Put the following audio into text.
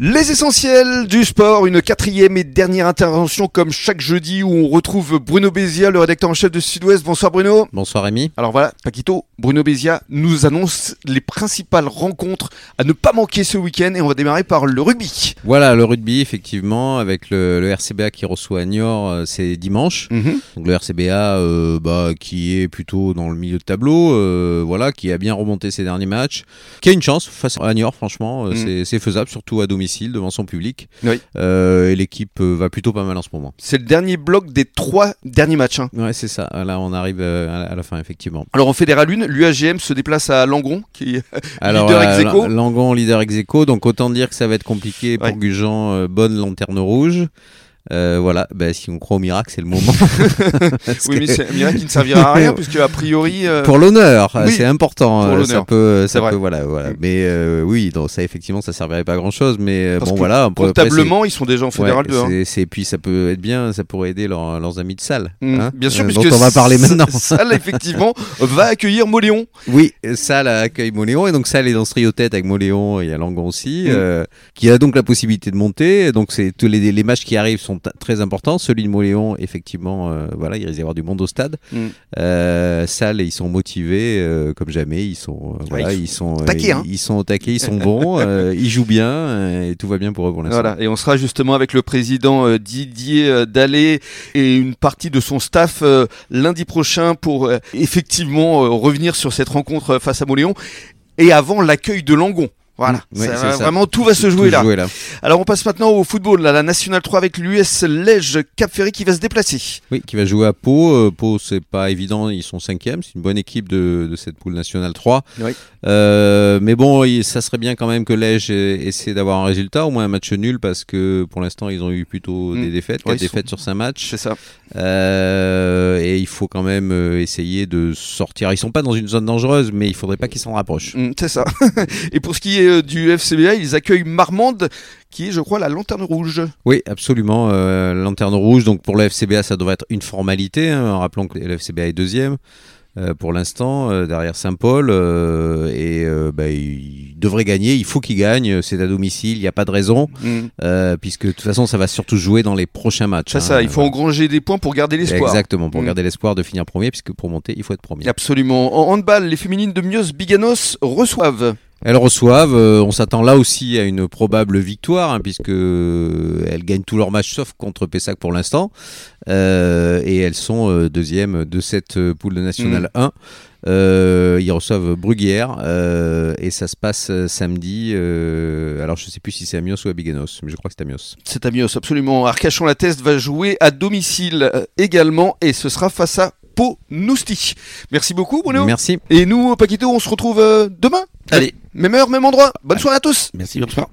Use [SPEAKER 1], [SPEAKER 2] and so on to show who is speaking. [SPEAKER 1] Les essentiels du sport, une quatrième et dernière intervention comme chaque jeudi où on retrouve Bruno Bézia, le rédacteur en chef de Sud-Ouest. Bonsoir Bruno.
[SPEAKER 2] Bonsoir Rémi.
[SPEAKER 1] Alors voilà, Paquito, Bruno Bézia nous annonce les principales rencontres à ne pas manquer ce week-end et on va démarrer par le rugby.
[SPEAKER 2] Voilà le rugby effectivement avec le, le RCBA qui reçoit à Niort euh, c'est dimanche. Donc le RCBA euh, bah, qui est plutôt dans le milieu de tableau, euh, voilà qui a bien remonté ses derniers matchs, qui a une chance face à Niort franchement euh,
[SPEAKER 1] Mhm.
[SPEAKER 2] c'est- c'est faisable surtout à domicile devant son public.
[SPEAKER 1] Oui.
[SPEAKER 2] Euh, et l'équipe euh, va plutôt pas mal en ce moment.
[SPEAKER 1] C'est le dernier bloc des trois derniers matchs. hein.
[SPEAKER 2] Ouais c'est ça. Là on arrive euh, à la- à la fin effectivement.
[SPEAKER 1] Alors en fédéral 1, l'UAGM se déplace à Langon qui
[SPEAKER 2] Alors,
[SPEAKER 1] Leader
[SPEAKER 2] euh,
[SPEAKER 1] ex aequo.
[SPEAKER 2] Lang- Langon, leader ex aequo. Donc, autant dire que ça va être compliqué pour
[SPEAKER 1] Ouais.
[SPEAKER 2] Gujan, euh, bonne lanterne rouge. Euh, voilà, bah, si on croit au miracle, c'est le moment. Parce
[SPEAKER 1] Oui,
[SPEAKER 2] que-
[SPEAKER 1] mais c'est un miracle qui ne servira à rien puisque a priori euh,
[SPEAKER 2] Pour l'honneur,
[SPEAKER 1] Oui,
[SPEAKER 2] c'est important.
[SPEAKER 1] pour
[SPEAKER 2] euh,
[SPEAKER 1] l'honneur.
[SPEAKER 2] ça peut,
[SPEAKER 1] C'est
[SPEAKER 2] ça
[SPEAKER 1] vrai.
[SPEAKER 2] peut, voilà, voilà.
[SPEAKER 1] Mm.
[SPEAKER 2] Mais euh, oui, donc ça effectivement, ça servirait pas à grand chose. Mais euh,
[SPEAKER 1] Parce
[SPEAKER 2] bon,
[SPEAKER 1] que
[SPEAKER 2] voilà. après, après,
[SPEAKER 1] comptablement ils sont déjà en
[SPEAKER 2] c'est- ouais,
[SPEAKER 1] fédéral 2. hein.
[SPEAKER 2] c'est- c'est- puis ça peut être bien, ça pourrait aider leurs- leurs amis de salle.
[SPEAKER 1] Mm,
[SPEAKER 2] hein,
[SPEAKER 1] Bien sûr,
[SPEAKER 2] euh,
[SPEAKER 1] puisque
[SPEAKER 2] dont on va parler
[SPEAKER 1] Sa-
[SPEAKER 2] maintenant.
[SPEAKER 1] Salle, effectivement, va accueillir Moléon.
[SPEAKER 2] Oui, Salle accueille Moléon et donc Salle est dans ce trio tête avec Moléon et Langon aussi,
[SPEAKER 1] Mm.
[SPEAKER 2] euh, qui a donc la possibilité de monter. Donc c'est tous les, les matchs qui arrivent sont t- très importants. Celui de Moléon, effectivement, euh, voilà, il risque d'y avoir du monde au stade.
[SPEAKER 1] Mm.
[SPEAKER 2] Euh, Salle, ils sont motivés euh, comme jamais. Ils sont, euh, voilà,
[SPEAKER 1] ils
[SPEAKER 2] ils sont, euh,
[SPEAKER 1] taqués, hein.
[SPEAKER 2] ils, ils sont au taquet, ils sont bons, euh, ils jouent bien euh, et tout va bien pour eux pour l'instant.
[SPEAKER 1] Voilà, et on sera justement avec le président euh, Didier euh, Dallet et une partie de son staff euh, lundi prochain pour euh, effectivement euh, revenir sur cette rencontre euh, face à Moléon et avant l'accueil de Langon. Voilà,
[SPEAKER 2] Mm, oui,
[SPEAKER 1] Ça
[SPEAKER 2] c'est
[SPEAKER 1] va-
[SPEAKER 2] ça.
[SPEAKER 1] vraiment tout va se
[SPEAKER 2] Tout
[SPEAKER 1] jouer là. Alors on passe maintenant au football, là, la Nationale 3 avec l'US Lège Cap Ferré qui va se déplacer.
[SPEAKER 2] Oui, qui va jouer à Pau. Euh, Pau, c'est pas évident, ils sont cinquième. C'est une bonne équipe de, de cette poule nationale 3.
[SPEAKER 1] Oui.
[SPEAKER 2] Euh, mais bon, il- ça serait bien quand même que Lège euh, essaie d'avoir un résultat, au moins un match nul, parce que pour l'instant, ils ont eu plutôt
[SPEAKER 1] Mm.
[SPEAKER 2] des défaites,
[SPEAKER 1] Ouais,
[SPEAKER 2] quatre
[SPEAKER 1] ils sont-
[SPEAKER 2] défaites sur cinq matchs.
[SPEAKER 1] C'est ça.
[SPEAKER 2] Euh, et il faut quand même euh, essayer de sortir. Ils sont pas dans une zone dangereuse, mais il faudrait pas qu'ils s'en rapprochent.
[SPEAKER 1] Mm, C'est ça. Et pour ce qui est euh, du FCBA, ils accueillent Marmande, qui est, je crois, la lanterne rouge.
[SPEAKER 2] Oui, absolument. Euh, lanterne rouge, donc pour le FCBA, ça devrait être une formalité. hein, en rappelant que le FCBA est deuxième euh, pour l'instant, euh, derrière Saint-Paul. euh, et euh, bah, il devrait gagner. Il faut qu'il gagne. C'est à domicile. Il n'y a pas de raison.
[SPEAKER 1] Mm.
[SPEAKER 2] euh, puisque de toute façon, ça va surtout jouer dans les prochains matchs.
[SPEAKER 1] C'est
[SPEAKER 2] hein.
[SPEAKER 1] ça, il faut
[SPEAKER 2] Voilà.
[SPEAKER 1] engranger des points pour garder l'espoir.
[SPEAKER 2] Exactement, pour
[SPEAKER 1] Mm.
[SPEAKER 2] garder l'espoir de finir premier, puisque pour monter, il faut être premier.
[SPEAKER 1] Absolument. En handball, les féminines de Mios Biganos reçoivent.
[SPEAKER 2] Elles reçoivent, euh, on s'attend là aussi à une probable victoire, hein, puisque euh, elles gagnent tous leurs matchs sauf contre Pessac pour l'instant, Euh, et elles sont euh, deuxièmes de cette euh, poule de National 1. Euh, ils reçoivent Bruguière euh, et ça se passe euh, samedi. euh, alors je sais plus si c'est à Mios ou à Biganos, mais je crois que c'est à Mios.
[SPEAKER 1] C'est à Mios, absolument. Arcachon la Teste va jouer à domicile euh, également et ce sera face à Pau Nousti. Merci beaucoup Bruno.
[SPEAKER 2] Merci.
[SPEAKER 1] Et nous, Paquito, on se retrouve euh, demain.
[SPEAKER 3] Allez.
[SPEAKER 1] Même heure, même endroit. Bonne soirée à tous.
[SPEAKER 3] Merci, bonsoir.